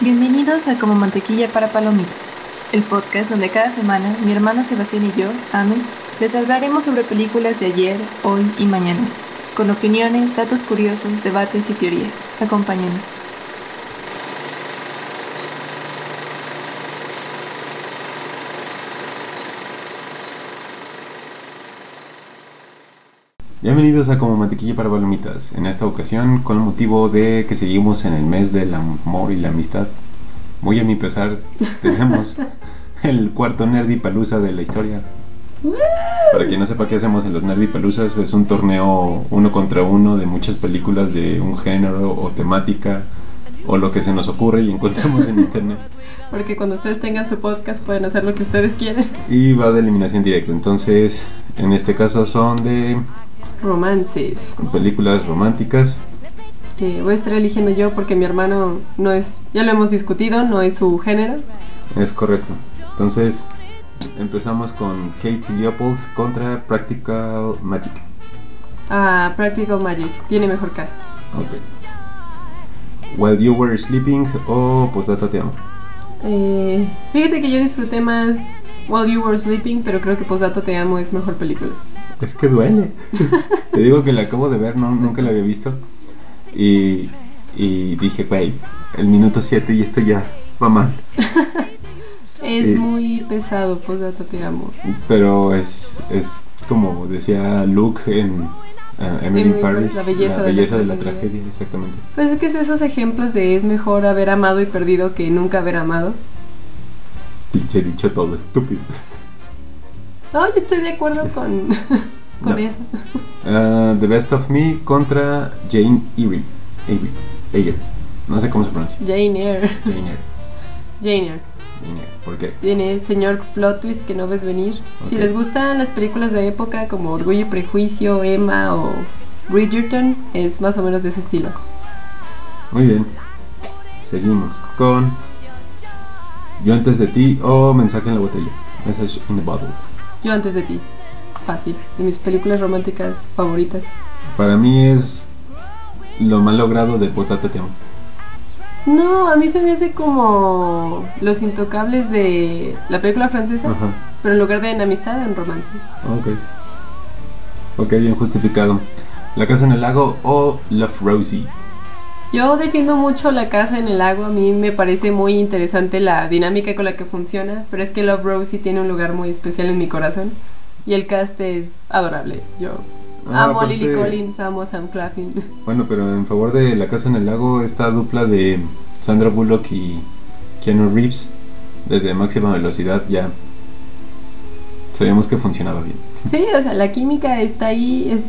Bienvenidos a Como Mantequilla para Palomitas, el podcast donde cada semana mi hermano Sebastián y yo, Ame, les hablaremos sobre películas de ayer, hoy y mañana, con opiniones, datos curiosos, debates y teorías. Acompáñenos. Bienvenidos a Como Mantequilla para Palomitas. En esta ocasión, con motivo de que seguimos en el mes del amor y la amistad, muy a mi pesar, tenemos el cuarto Nerdy Palusa de la historia. Para quien no sepa qué hacemos en los Nerdy Palusas, es un torneo uno contra uno de muchas películas de un género o temática o lo que se nos ocurre y encontramos en internet. Porque cuando ustedes tengan su podcast pueden hacer lo que ustedes quieren. Y va de eliminación directa. Entonces, en este caso son de Romances. películas románticas. Que voy a estar eligiendo yo porque mi hermano no es, ya lo hemos discutido, no es su género. Es correcto. Entonces, empezamos con Kate Leopold contra Practical Magic. Ah, Practical Magic. Tiene mejor cast. Ok. While You Were Sleeping o Postdata Te Amo. Eh, fíjate que yo disfruté más While You Were Sleeping, pero creo que Postdata Te Amo es mejor película. Es que duele. Te digo que la acabo de ver, no, nunca la había visto. Y, y dije, güey, el minuto 7 y esto ya va mal. Es Eh. muy pesado Postdata Te Amo. Pero es, es como decía Luke en eh, Emily in Emily in Paris, Paris, la belleza de la de la tragedia. tragedia, exactamente. Pues es que es esos ejemplos de es mejor haber amado y perdido que nunca haber amado. Dicho, dicho todo estúpido. No, yo estoy de acuerdo con, con No. eso. Ah, The Best of Me contra Jane Eyre. Eyre. Eyre. No sé cómo se pronuncia. Jane Eyre. Jane Eyre. Jane Eyre. Jane Eyre. ¿Por qué? Tiene señor plot twist que no ves venir. Si Ok. les gustan las películas de época como Orgullo y Prejuicio, Emma o Bridgerton, es más o menos de ese estilo. Muy bien. Seguimos con Yo antes de ti o Mensaje en la botella. Message in the bottle. Yo antes de ti. Fácil. De mis películas románticas favoritas. Para mí es lo más logrado de Postdata Te Amo. No, a mí se me hace como Los Intocables de la película francesa, Ajá. pero en lugar de en amistad, en romance. Ok. Ok, bien justificado. La casa en el lago o Love Rosie. Yo defiendo mucho la casa en el lago, a mí me parece muy interesante la dinámica con la que funciona, pero es que Love Rosie tiene un lugar muy especial en mi corazón y el cast es adorable. Yo amo a Lily Ah, aparte- Collins, amo a Sam Claflin. Bueno, pero en favor de La Casa en el Lago, esta dupla de Sandra Bullock y Keanu Reeves, desde máxima velocidad ya sabíamos que funcionaba bien. Sí, o sea, la química está ahí, es,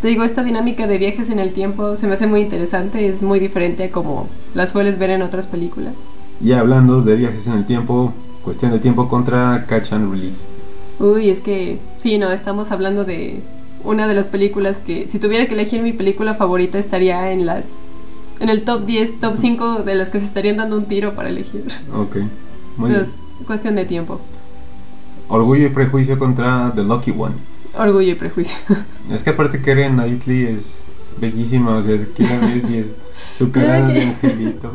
te digo, esta dinámica de viajes en el tiempo se me hace muy interesante, es muy diferente a como la sueles ver en otras películas. Y hablando de viajes en el tiempo, cuestión de tiempo contra Catch and Release. Uy, es que, sí, no, estamos hablando de una de las películas que, si tuviera que elegir mi película favorita, estaría en las, en el top 10, top 5 de las que se estarían dando un tiro para elegir. Ok, muy Entonces, bien. cuestión de tiempo. Orgullo y prejuicio contra The Lucky One. Orgullo y prejuicio. Es que aparte Karen Knightley es bellísima, o sea, aquí la ves y es su cara Mira de que- angelito.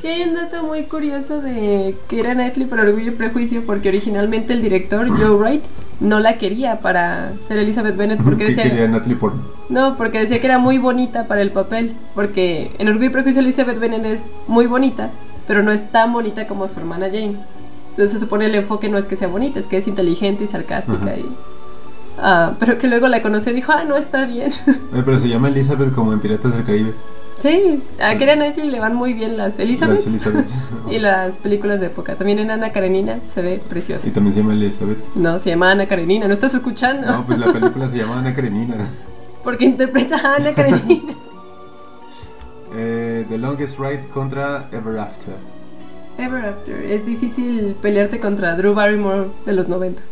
que hay un dato muy curioso de que era Knightley para Orgullo y Prejuicio, porque originalmente el director, Joe Wright, no la quería para ser Elizabeth Bennett, porque ¿Qué decía... quería Natalie Portman? No, porque decía que era muy bonita para el papel. Porque en Orgullo y Prejuicio Elizabeth Bennet es muy bonita, pero no es tan bonita como su hermana Jane. Entonces se supone el enfoque no es que sea bonita, es que es inteligente y sarcástica. Ajá. y- Ah, pero que luego la conoció y dijo, ah, no, está bien. Oye, pero se llama Elizabeth como en Piratas del Caribe. sí, a Keira Knightley le van muy bien las Elizabeth Las Elizabeths. y las películas de época. También en Ana Karenina se ve preciosa. Y también se llama Elizabeth. No, se llama Ana Karenina, ¿no estás escuchando? No, pues la película se llama Ana Karenina. Porque interpreta a Ana Karenina. Eh, The Longest Ride contra Ever After. Ever After. Es difícil pelearte contra Drew Barrymore de los 90.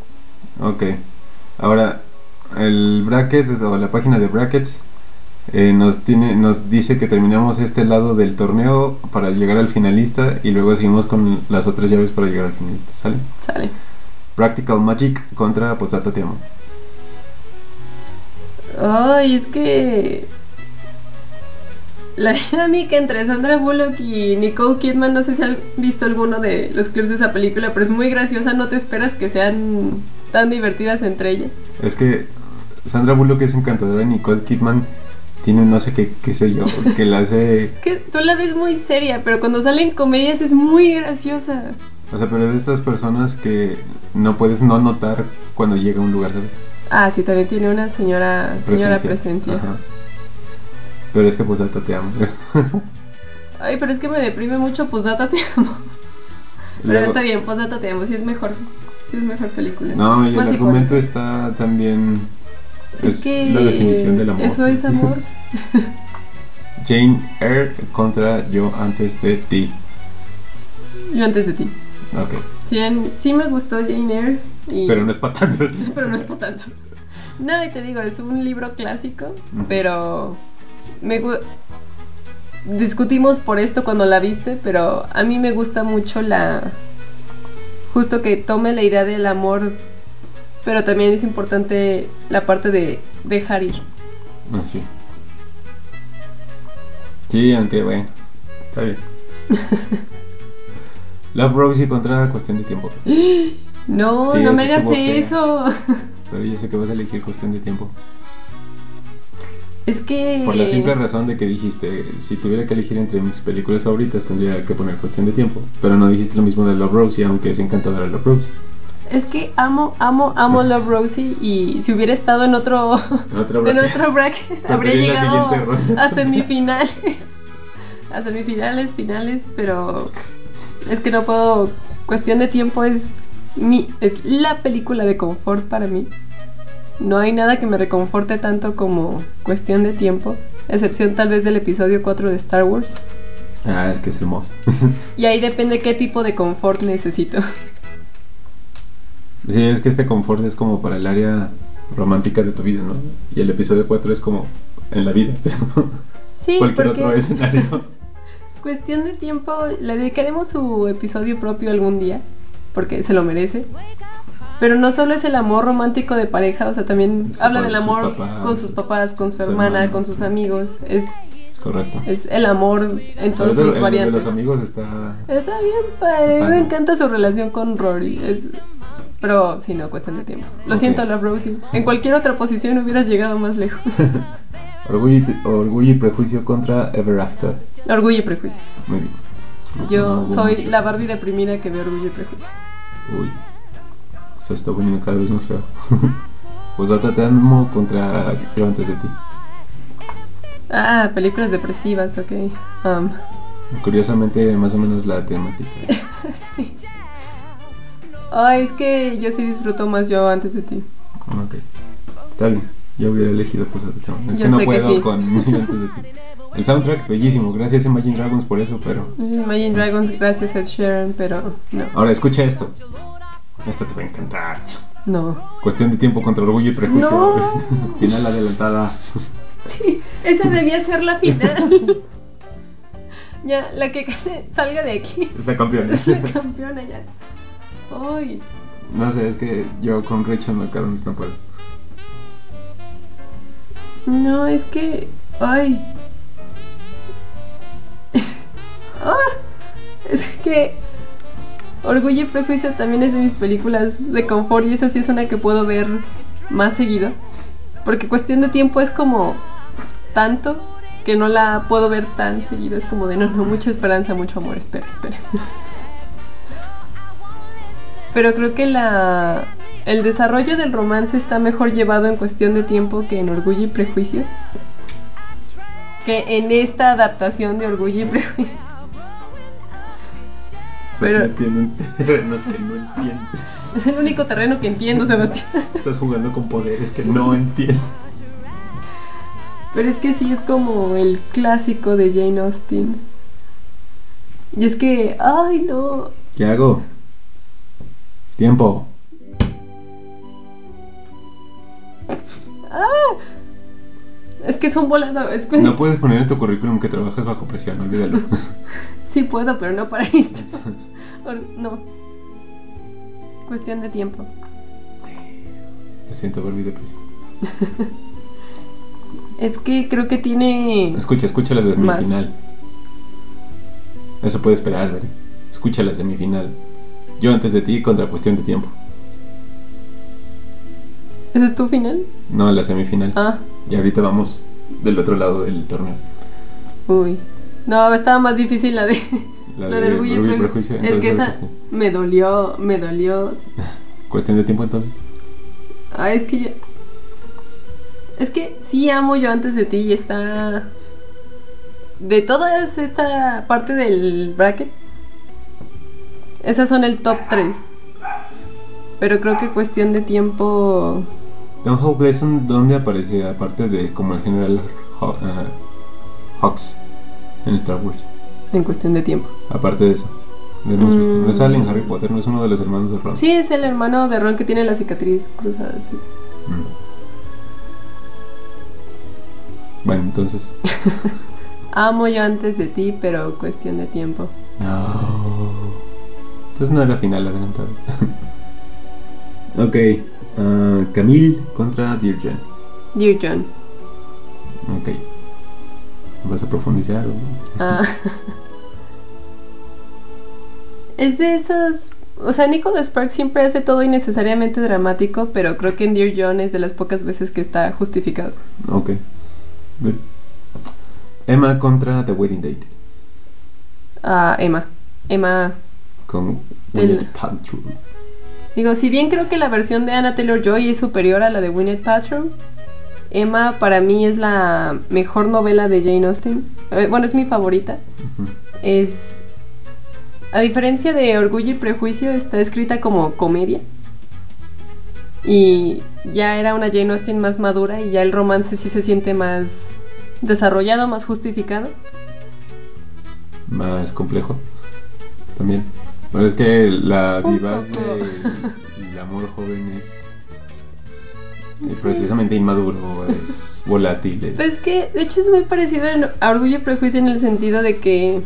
Ok. Ahora, el bracket o la página de brackets eh, nos, tiene, nos dice que terminamos este lado del torneo para llegar al finalista y luego seguimos con las otras llaves para llegar al finalista. ¿Sale? Sale. Practical Magic contra Postdata Te Amo. Ay, es que. la dinámica entre Sandra Bullock y Nicole Kidman, no sé si han visto alguno de los clips de esa película, pero es muy graciosa, no te esperas que sean tan divertidas entre ellas. Es que Sandra Bullock es encantadora y Nicole Kidman tiene un no sé qué, qué sé yo, que la hace... Que tú la ves muy seria, pero cuando salen comedias es muy graciosa. O sea, pero es de estas personas que no puedes no notar cuando llega a un lugar, ¿sabes? Ah, sí, también tiene una señora presencia. Señora presencia. Ajá. Pero es que pues data te amo. Ay, pero es que me deprime mucho, pues data te amo. Pero Luego- está bien, pues data te amo, sí es mejor. Sí es mejor película. No, Es y el más argumento icónica. está también... Es, que la definición del amor. pues. Eso es amor. Jane Eyre contra yo antes de ti. Yo antes de ti. Ok. Sí, en- sí me gustó Jane Eyre. y- Pero no es para tantos. pero no es para tanto. Nada, y te digo, es un libro clásico, Ujú. pero me gu- discutimos por esto cuando la viste, pero a mí me gusta mucho la justo que tome la idea del amor, pero también es importante la parte de dejar ir. Ah, sí. Sí, aunque bueno. Está bien. Love Rosie contra cuestión de tiempo. No, Sí, no esa me hagas estuvo fea. eso. Pero yo sé que vas a elegir cuestión de tiempo. Es que Por la simple razón de que dijiste, si tuviera que elegir entre mis películas favoritas, tendría que poner cuestión de tiempo. Pero no dijiste lo mismo de Love Rosie, aunque es encantadora Love Rosie. es que amo, amo, amo Love Rosie y si hubiera estado en otro En otra En bracket. otro bracket Preferí habría la llegado siguiente ronda. a semifinales. A semifinales, finales, pero es que no puedo. Cuestión de tiempo es mi, es la película de confort para mí. No hay nada que me reconforte tanto como cuestión de tiempo, excepción tal vez del episodio 4 de Star Wars. Ah, es que es hermoso. Y ahí depende qué tipo de confort necesito. Sí, es que este confort es como para el área romántica de tu vida, ¿no? Y el episodio 4 es como en la vida, es como Sí, cualquier porque otro escenario. Cuestión de tiempo, le dedicaremos su episodio propio algún día, porque se lo merece. Pero no solo es el amor romántico de pareja, o sea, también Es habla con del sus amor papás, con sus papás, con su su hermana, hermano. con sus amigos. Es, Es correcto. es el amor en Pero todas eso, el sus de variantes. los amigos Ah. está... Está bien padre, Padre. me encanta su relación con Rory. Es, pero sí, no, cuestión de tiempo. Lo Ok. siento, Love Rosie. En cualquier otra posición hubieras llegado más lejos. Orgullo y, Orgullo y prejuicio contra Ever After. Orgullo y prejuicio. Muy bien. No Yo hubo soy mucho. la Barbie deprimida que ve Orgullo y prejuicio. Uy. Se está poniendo cada vez más feo. pues data te amo contra yo antes de ti. Ah, películas depresivas, ok. Um, Am, Curiosamente, más o menos la temática. sí. Ay, es que yo sí disfruto más yo antes de ti. Ok. Está bien. Yo hubiera elegido pues data te amo. Es Yo que no sé que puedo sí. con yo antes de ti. El soundtrack, bellísimo. Gracias Imagine Dragons por eso, pero... Imagine Dragons, gracias Ed Sheeran, pero no. Ahora, escucha esto. Esto te va a encantar. No. Cuestión de tiempo contra orgullo y prejuicio. No. Final adelantada. Sí, esa debía ser la final. ya, la que gane, salga de aquí. Es la campeona. Es la campeona ya. Ay, No sé, es que yo con Rachel McAdams no puedo. no, es que. Ay. Es, ah, es que Orgullo y Prejuicio también es de mis películas de confort y esa sí es una que puedo ver más seguido. Porque cuestión de tiempo es como tanto que no la puedo ver tan seguido. Es como de no, no, mucha esperanza, mucho amor, espera, espera. Pero creo que la, el desarrollo del romance está mejor llevado en cuestión de tiempo que en Orgullo y Prejuicio. Que en esta adaptación de Orgullo y Prejuicio. Estás Pero- metiendo en terrenos que no entiendes. Es el único terreno que entiendo, Sebastián. Estás jugando con poderes que no entiendes. Pero es que sí es como el clásico de Jane Austen. Y es que, ay no. ¿Qué hago? Tiempo. Es que son volando. Es que No puedes poner en tu currículum que trabajas bajo presión, olvídalo. sí puedo, pero no para esto. O- no. Cuestión de tiempo. Lo siento, volví de presión. Es que creo que tiene. Escucha, escucha la Más. semifinal. Eso puede esperar, Vere. Escucha la semifinal. Yo antes de ti contra cuestión de tiempo. ¿Ese es tu final? No, la semifinal. Ah, Y ahorita vamos del otro lado del torneo. uy. No, estaba más difícil la de. La, de orgullo y Pre- prejuicio. Es que entonces, esa cuestión- me dolió, me dolió. Cuestión de tiempo entonces. Ah, es que yo. Es que sí amo yo antes de ti y está. De toda esta parte del bracket, esas son el top 3. Pero creo que cuestión de tiempo. Don Hawk Gleason, ¿dónde aparece? Aparte de como el general Haw- eh, Hawks en Star Wars. En cuestión de tiempo. Aparte de eso. Lo hemos visto. Mm. No sale en Harry Potter, no es uno de los hermanos de Ron. Sí, es el hermano de Ron que tiene la cicatriz cruzada. sí. Mm. Bueno, entonces. Amo yo antes de ti, pero cuestión de tiempo. No. Entonces no era final adelantada. ok. ah, Camille contra Dirgen. Dear John. Ok. ¿Vas a profundizar? o no? Ah. es de esas. O sea, Nico de Sparks siempre hace todo innecesariamente dramático, pero creo que en Dear John es de las pocas veces que está justificado. Ok. Bien. Emma contra The Wedding Date. Ah, Emma. Emma. Con Del- Gwyneth Paltrow. Digo, si bien creo que la versión de Anna Taylor Joy es superior a la de Winnet Paltrow, Emma para mí es la mejor novela de Jane Austen. Eh, Bueno, es mi favorita. Ujú. es. A diferencia de Orgullo y Prejuicio, está escrita como comedia. Y ya era una Jane Austen más madura y ya el romance sí se siente más desarrollado, más justificado. Más complejo. También. Pero es que la Un divas poco. del amor joven es. eh, Precisamente inmaduro, es volátil. eh. es- Pues que, de hecho, es muy parecido en- a Orgullo y Prejuicio en el sentido de que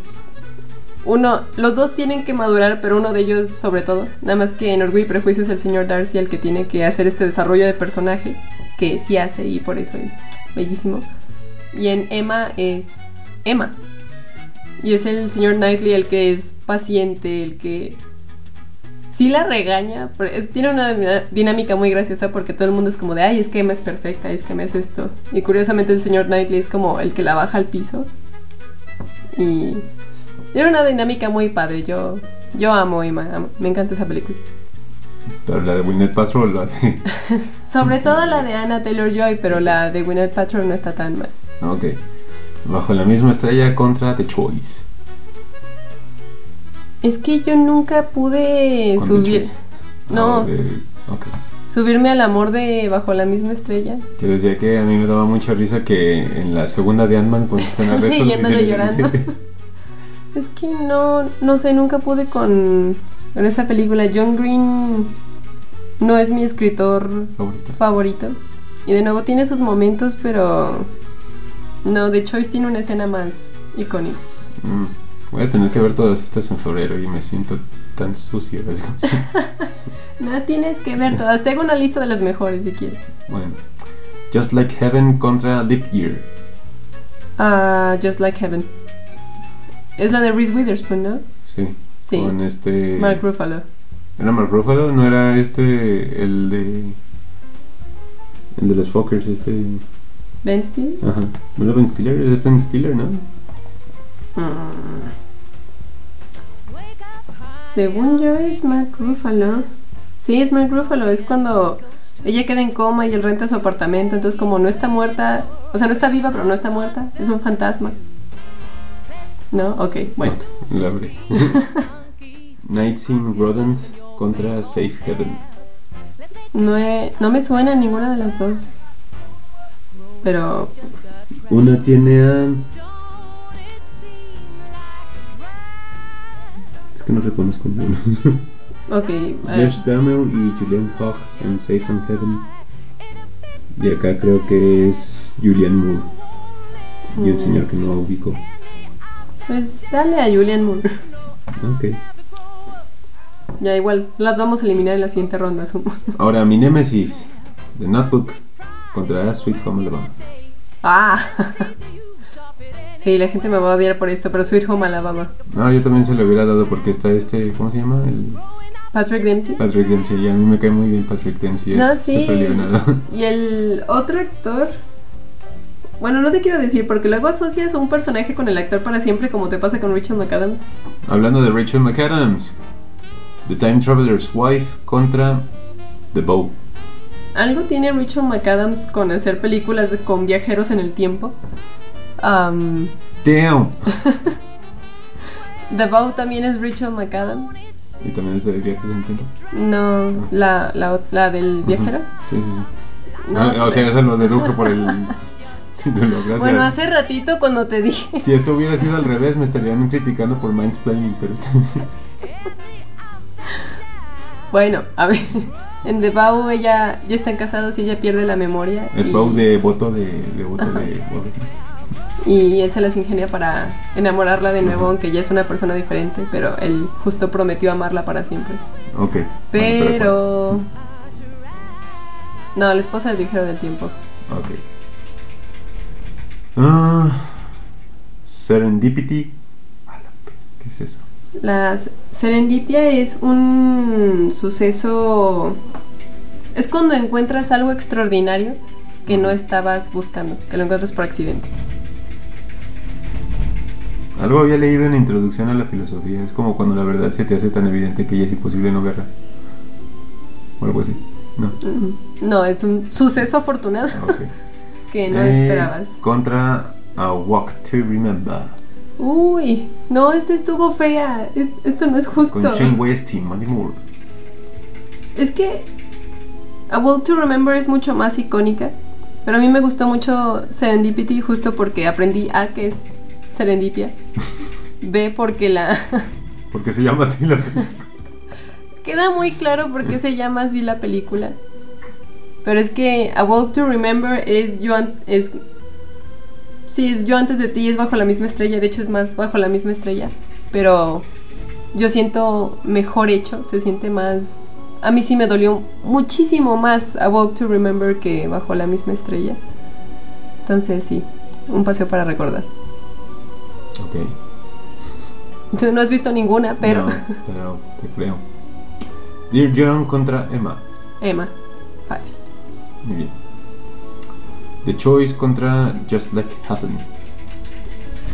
uno, los dos tienen que madurar, pero uno de ellos sobre todo. Nada más que en Orgullo y Prejuicio es el señor Darcy el que tiene que hacer este desarrollo de personaje, que sí hace y por eso es bellísimo. Y en Emma es Emma. Y es el señor Knightley el que es paciente, el que sí la regaña. pero es- tiene una dina- dinámica muy graciosa porque todo el mundo es como de, ay, es que Emma es perfecta, es que Emma es esto. Y curiosamente el señor Knightley es como el que la baja al piso. Y tiene una dinámica muy padre. Yo, yo amo Emma, amo- me encanta esa película. Pero la de Winnet Paltrow, la de. Sobre todo la de Anna Taylor Joy, pero la de Gwyneth Paltrow no está tan mal. Ok. Bajo la misma estrella contra The Choice. Es que yo nunca pude Con The subir, Choice. No. Ah, de- ok. subirme al amor de Bajo la misma estrella. Te decía que a mí me daba mucha risa que en la segunda de Ant-Man, cuando están Estoy arrestos, le leyéndolo hicieron- llorando. Es que no, no sé, nunca pude con, con esa película. John Green no es mi escritor Favorita. favorito. Y de nuevo tiene sus momentos, pero... No, The Choice tiene una escena más icónica. Mm. Voy a tener que ver todas estas en febrero y me siento tan sucio. así como- No tienes que ver todas. Te hago una lista de las mejores si quieres. Bueno. Just Like Heaven contra Deep Year. Ah, Just Like Heaven. Es la de Reese Witherspoon, ¿no? Sí. Sí. Con este. Mark Ruffalo. ¿Era Mark Ruffalo? ¿No era este. el de. el de los Fockers? Este. Ben Steele. Ajá. ¿No era Ben Stiller? ¿Es Ben Stiller, no? Mm. Según yo es Mark Ruffalo. Sí, es Mark Ruffalo. Es cuando ella queda en coma y él renta su apartamento. Entonces como no está muerta, o sea, no está viva, pero no está muerta. Es un fantasma. ¿No? Ok, bueno. No, la abrí. Nights in Rodent contra Safe Heaven. No, he- no me suena ninguna de las dos. Pero Una tiene a. Es que no reconozco el nombre. Ok, ah, Josh Duhamel y Julian Hogg en Safe and Heaven. Y acá creo que es Julian Moore. Y un Mm. señor que no ubico. pues dale a Julian Moore. Ah, Ok. Ya igual las vamos a eliminar en la siguiente ronda, asumo. Ahora mi némesis, The Notebook contra Sweet Home Alabama. Ah. sí, la gente me va a odiar por esto, pero Sweet Home Alabama. No, yo también se lo hubiera dado porque está este, ¿cómo se llama? El Patrick Dempsey. Patrick Dempsey. Y a mí me cae muy bien Patrick Dempsey. No, es sí. súper liberado. Y el otro actor. Bueno, no te quiero decir, porque luego asocias a un personaje con el actor para siempre, como te pasa con Richard McAdams. Hablando de Rachel McAdams, The Time Traveler's Wife contra The Bow. Algo tiene Richard McAdams con hacer películas de- con viajeros en el tiempo. Am, Damn. The Bow también es Richard McAdams. Y también es de viajes en el tiempo. No, la, la, ot- la del viajero. Ujú. Sí, sí, sí. No, Ah, o sea, pero- eso lo deduje por el título. Gracias. bueno, hace ratito cuando te dije. Si esto hubiera sido al revés, me estarían criticando por mansplaining, pero está- Bueno, a ver. En The Bow ella ya están casados y ella pierde la memoria. es y- Bow de voto de, de voto de voto. Y él se las ingenia para enamorarla de nuevo, Ujú. aunque ella es una persona diferente, pero él justo prometió amarla para siempre. Ok. bueno, Pero... No, la esposa del viajero del tiempo. ¿cuál? Ok. Ah, serendipity. A la pe- ¿Qué es eso? La s- serendipia es un suceso... Es cuando encuentras algo extraordinario que no estabas buscando, que lo encuentras por accidente. Algo había leído en la introducción a la filosofía. Es como cuando la verdad se te hace tan evidente que ya es imposible no verla. O algo así. No. Ah, Ujú. No, es un suceso afortunado Ok. que no Eh, esperabas. Contra A Walk to Remember. Uy, no, esta estuvo fea. Es- esto no es justo. Con Shane West y Mandy Moore. Es que A Will to Remember es mucho más icónica, pero a mí me gustó mucho Serendipity justo porque aprendí A que es serendipia, B porque la Porque se llama así la película. queda muy claro por qué se llama así la película. Pero es que A Walk to Remember es yo an- es sí, es yo antes de ti, es bajo la misma estrella, de hecho es más bajo la misma estrella, pero yo siento mejor hecho, se siente más a mí sí me dolió muchísimo más A Walk to Remember que bajo la misma estrella. Entonces sí, un paseo para recordar. Ok. Tú no has visto ninguna, pero No, pero te creo. Dear John contra Emma. Emma, fácil. Muy bien. The Choice contra Just Like Happened.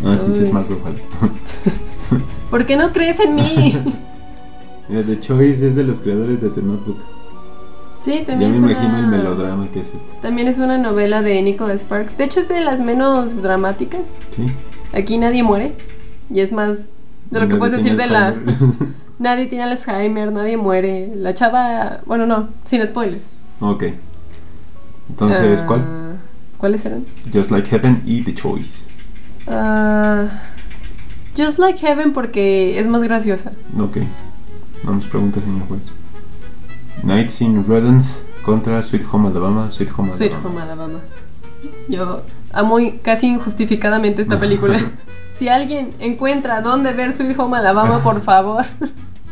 Ah, sí, sí, es Uy. Mark Ruffalo. ¿Por qué no crees en mí? Mira, The Choice es de los creadores de The Notebook. Sí, Ya también me es imagino una... el melodrama que es este. También es una novela de Nicholas Sparks. De hecho, es de las menos dramáticas. Sí. Aquí nadie muere. Y es más de lo que Nadie puedes decir tiene de la... Alzheimer. Nadie tiene Alzheimer, nadie muere. La chava... Bueno, no, sin spoilers. ok. Entonces, Ah, ¿cuál? ¿Cuáles eran? Just Like Heaven y The Choice. Ah, Just Like Heaven porque es más graciosa. Ok. No nos pregunta, señor juez. Nights in Redden contra Sweet Home Alabama. Sweet Home Alabama. Sweet Home Alabama. Yo amo in- casi injustificadamente esta película. si alguien encuentra dónde ver Sweet Home Alabama, por favor.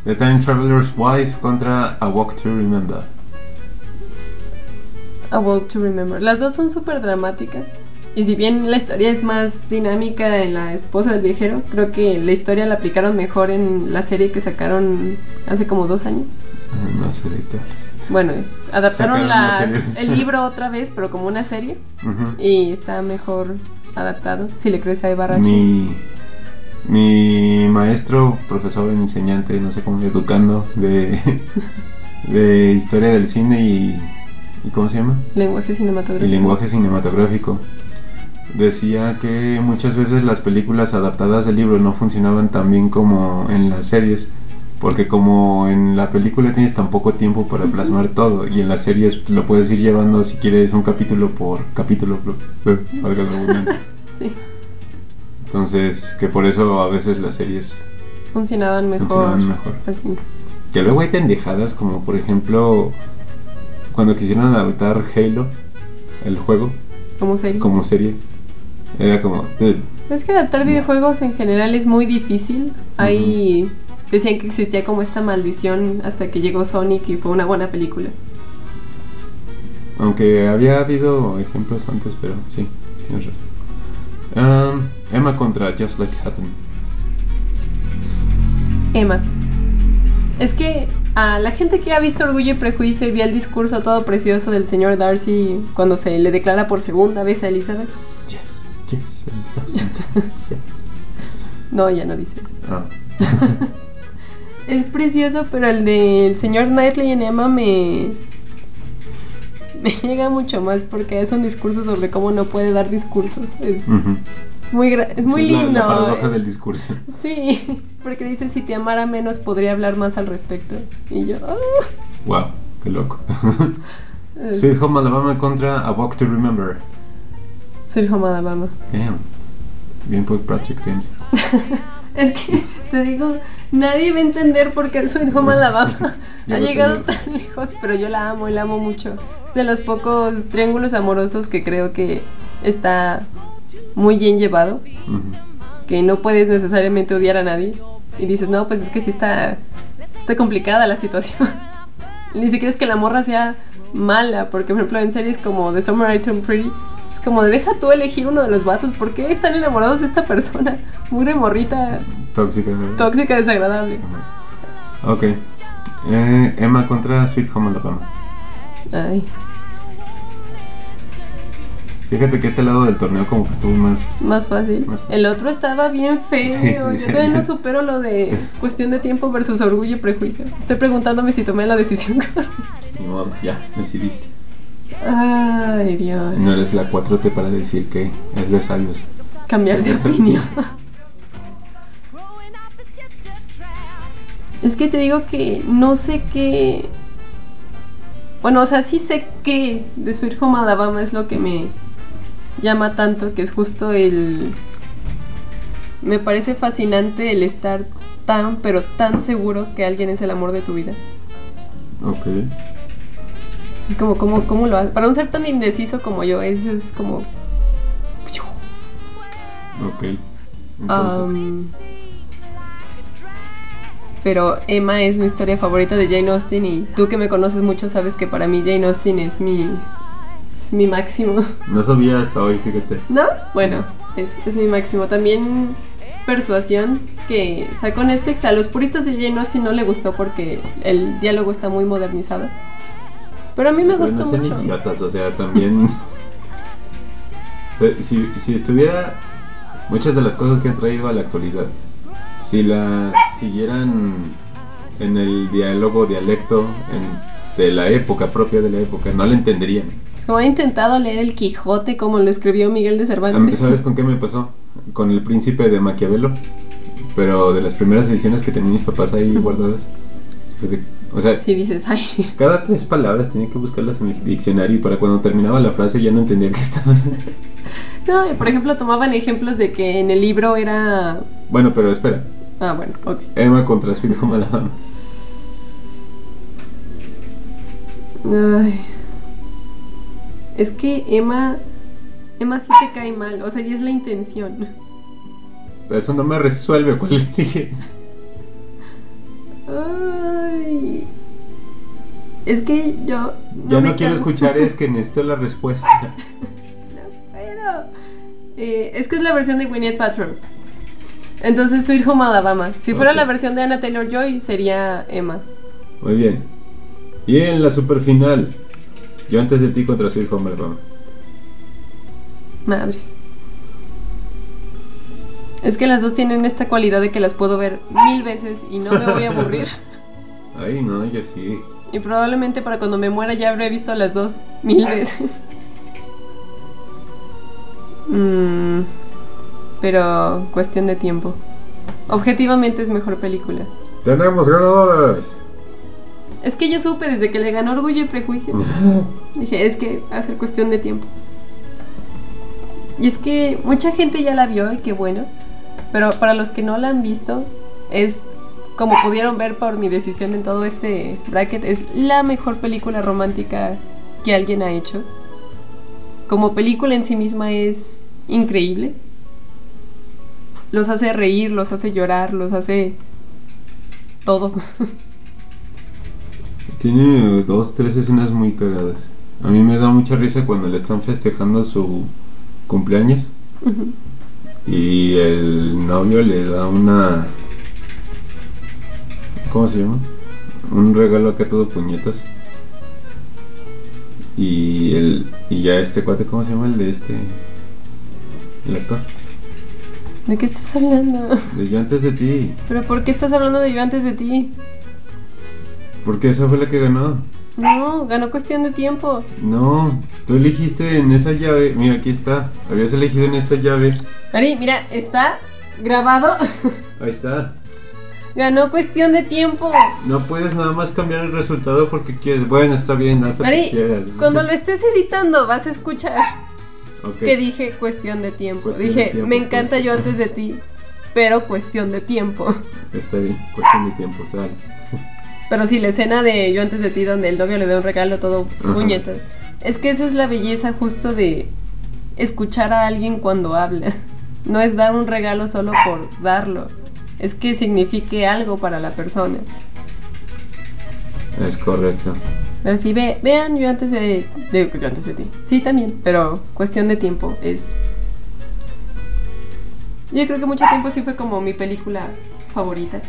The Time Traveler's Wife contra A Walk to Remember. A Walk to Remember. Las dos son súper dramáticas. Y si bien la historia es más dinámica en La esposa del viajero, creo que la historia la aplicaron mejor en la serie que sacaron hace como dos años. Ah, No sé de qué hablas. Bueno, adaptaron Sacaron la- la serie. el libro otra vez, pero como una serie. Ujú. Y está mejor adaptado, si le crees a Ibarrachi. Mi, mi maestro, profesor, enseñante, no sé cómo, educando de, de historia del cine y, y ¿cómo se llama? Lenguaje Y cinematográfico. lenguaje cinematográfico. Decía que muchas veces las películas adaptadas del libro no funcionaban tan bien como en las series, porque como en la película tienes tan poco tiempo para plasmar todo, y en las series lo puedes ir llevando si quieres un capítulo por capítulo, blu- blu- valga la redundancia. Sí, Entonces, que por eso a veces las series funcionaban mejor. funcionaban mejor. Así. Que luego hay pendejadas como por ejemplo cuando quisieron adaptar Halo, el juego, Como serie. como serie. Era como, eh, "Dude, Es que adaptar videojuegos en general es muy difícil. Ahí decían que existía como esta maldición hasta que llegó Sonic y fue una buena película. Aunque había habido ejemplos antes, pero sí, tienes razón. Um, Emma contra Just Like Hatton. Emma. Es que a la gente que ha visto Orgullo y Prejuicio y vio el discurso todo precioso del señor Darcy cuando se le declara por segunda vez a Elizabeth. Yes, yes, and thousand times, yes. No, ya no dices. Ah, Es precioso, pero el del señor Knightley en Emma me. me llega mucho más porque es un discurso sobre cómo no puede dar discursos. Es, ujú. es muy, gra- es muy Es la- lindo. eh. La, paradoja del discurso. Sí, porque dice: si te amara menos, podría hablar más al respecto. Y yo. "Ah". Wow, qué loco. Es- Sweet Home Alabama contra A Walk to Remember. Soy Home Alabama. Damn. Bien por Patrick James. Es que te digo, nadie va a entender por qué Sweet Home Alabama Ya ha lo llegado tenía. tan lejos, pero yo la amo y la amo mucho. Es de los pocos triángulos amorosos que creo que está muy bien llevado, Ujú. que no puedes necesariamente odiar a nadie. Y dices, no, pues es que sí está, está complicada la situación. Ni siquiera es que la morra sea mala, porque por ejemplo en series como The Summer I Turned Pretty, es como de deja tú elegir uno de los vatos, ¿por qué están enamorados de esta persona? Mugre morrita Tóxica. tóxica, desagradable. Ujú. Ok. Eh, Emma contra Sweet Home Alabama. Ay, Fíjate que este lado del torneo como que estuvo más... más fácil. Más fácil. El otro estaba bien feo. Sí, sí, Yo sí. todavía no supero lo de cuestión de tiempo versus orgullo y prejuicio. Estoy preguntándome si tomé la decisión correcta. Ni modo, ya, decidiste. Ay, Dios. No eres la 4T para decir que es de sabios. Cambiar de opinión. Es que te digo que no sé qué. Bueno, o sea, sí sé que de Sweet Home Alabama es lo que me llama tanto, que es justo el. Me parece fascinante el estar tan, pero tan seguro que alguien es el amor de tu vida. Ok. Es como, ¿cómo, cómo lo haces? Para un ser tan indeciso como yo, eso es como. Ok. Entonces... Um, pero Emma es mi historia favorita de Jane Austen y tú que me conoces mucho sabes que para mí Jane Austen es mi es mi máximo. No sabía hasta hoy, fíjate. ¿No? Bueno, es, es mi máximo. También Persuasión que sacó Netflix. A los puristas de Jane Austen no le gustó porque el diálogo está muy modernizado. Pero a mí me Pero gustó no sean mucho. idiotas, o sea, también. Se- si, si estuviera. Muchas de las cosas que han traído a la actualidad, si las siguieran en el diálogo, dialecto en- de la época, propia de la época, no la entenderían. Es como he intentado leer El Quijote como lo escribió Miguel de A mí, Cervantes. ¿Sabes con qué me pasó? Con El Príncipe de Maquiavelo, pero de las primeras ediciones que tenían mis papás ahí guardadas. Sí fue de- O sea, Si dices, ay, Cada tres palabras tenía que buscarlas en el diccionario y para cuando terminaba la frase ya no entendía qué estaba. No, y por ejemplo, tomaban ejemplos de que en el libro era. Bueno, pero espera. Ah, bueno, ok. Emma contra Sweet Home Alabama. Ay. Es que Emma. Emma sí te cae mal, o sea, y es la intención. Pero eso no me resuelve cuál eliges. Ay. Es que yo. Ya no me quiero canso. escuchar, es que necesito la respuesta. Pero. eh, es que es la versión de Winnet Patrol. Entonces, Sweet Home Alabama. Si fuera Ok. la versión de Anna Taylor Joy, sería Emma. Muy bien. Y en la superfinal. Yo antes de ti contra Sweet Home Alabama. Madres. Es que las dos tienen esta cualidad de que las puedo ver mil veces y no me voy a aburrir. Ay, no, yo sí. Y probablemente para cuando me muera ya habré visto las dos mil veces. Mm, pero cuestión de tiempo. Objetivamente es mejor película. Tenemos ganadores. Es que yo supe desde que le ganó Orgullo y Prejuicio. Dije, es que va a ser cuestión de tiempo. Y es que mucha gente ya la vio y qué bueno. Pero para los que no la han visto, es como pudieron ver por mi decisión en todo este bracket, es la mejor película romántica que alguien ha hecho. Como película en sí misma es increíble. Los hace reír, los hace llorar, los hace todo. Tiene dos, tres escenas muy cagadas. A mí me da mucha risa cuando le están festejando su cumpleaños Ujú. y el novio le da una... ¿Cómo se llama? Un regalo acá todo puñetas. Y, el, y ya este cuate, ¿cómo se llama? El de este... El actor. ¿De qué estás hablando? De yo antes de ti. ¿Pero por qué estás hablando de yo antes de ti? Porque esa fue la que ganó. No, ganó cuestión de tiempo. No, tú elegiste en esa llave. Mira, aquí está. Habías elegido en esa llave. Ari, mira, está grabado. Ahí está. ganó cuestión de tiempo. No puedes nada más cambiar el resultado porque quieres. Bueno, está bien, haz lo que Ari, quieras. cuando lo estés editando vas a escuchar Ok. que dije cuestión de tiempo. Cuestión dije, de tiempo, me encanta sí. yo antes de ti, pero cuestión de tiempo. Está bien, cuestión de tiempo, sale. Pero sí, la escena de yo antes de ti donde el novio le da un regalo todo Ajá. puñeta. Es que esa es la belleza justo de escuchar a alguien cuando habla. No es dar un regalo solo por darlo. Es que signifique algo para la persona. Es correcto. Pero sí, ve, vean, yo antes de, de- pues, Yo antes de ti. Sí, también, pero cuestión de tiempo es... Yo creo que mucho tiempo sí fue como mi película favorita.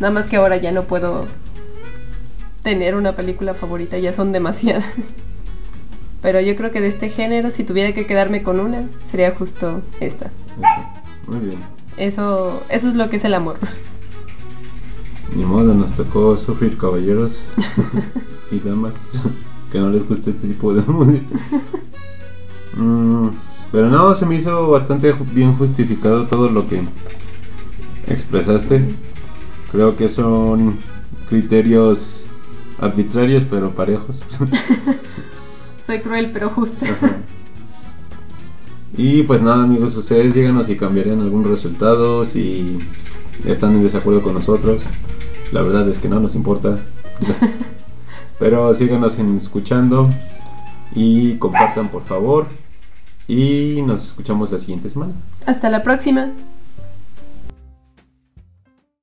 Nada más que ahora ya no puedo tener una película favorita, ya son demasiadas. Pero yo creo que de este género, si tuviera que quedarme con una, sería justo esta. Eso. Muy bien. Eso, eso es lo que es el amor. Ni modo, nos tocó sufrir caballeros y damas que no les gusta este tipo de música. Mm, pero no, se me hizo bastante ju- bien justificado todo lo que expresaste. Creo que son criterios arbitrarios pero parejos. Soy cruel, pero justa. Ajá. Y pues nada amigos, ustedes díganos si cambiarían algún resultado, si están en desacuerdo con nosotros. La verdad es que no nos importa. Pero síganos en- escuchando y compartan por favor. Y nos escuchamos la siguiente semana. Hasta la próxima.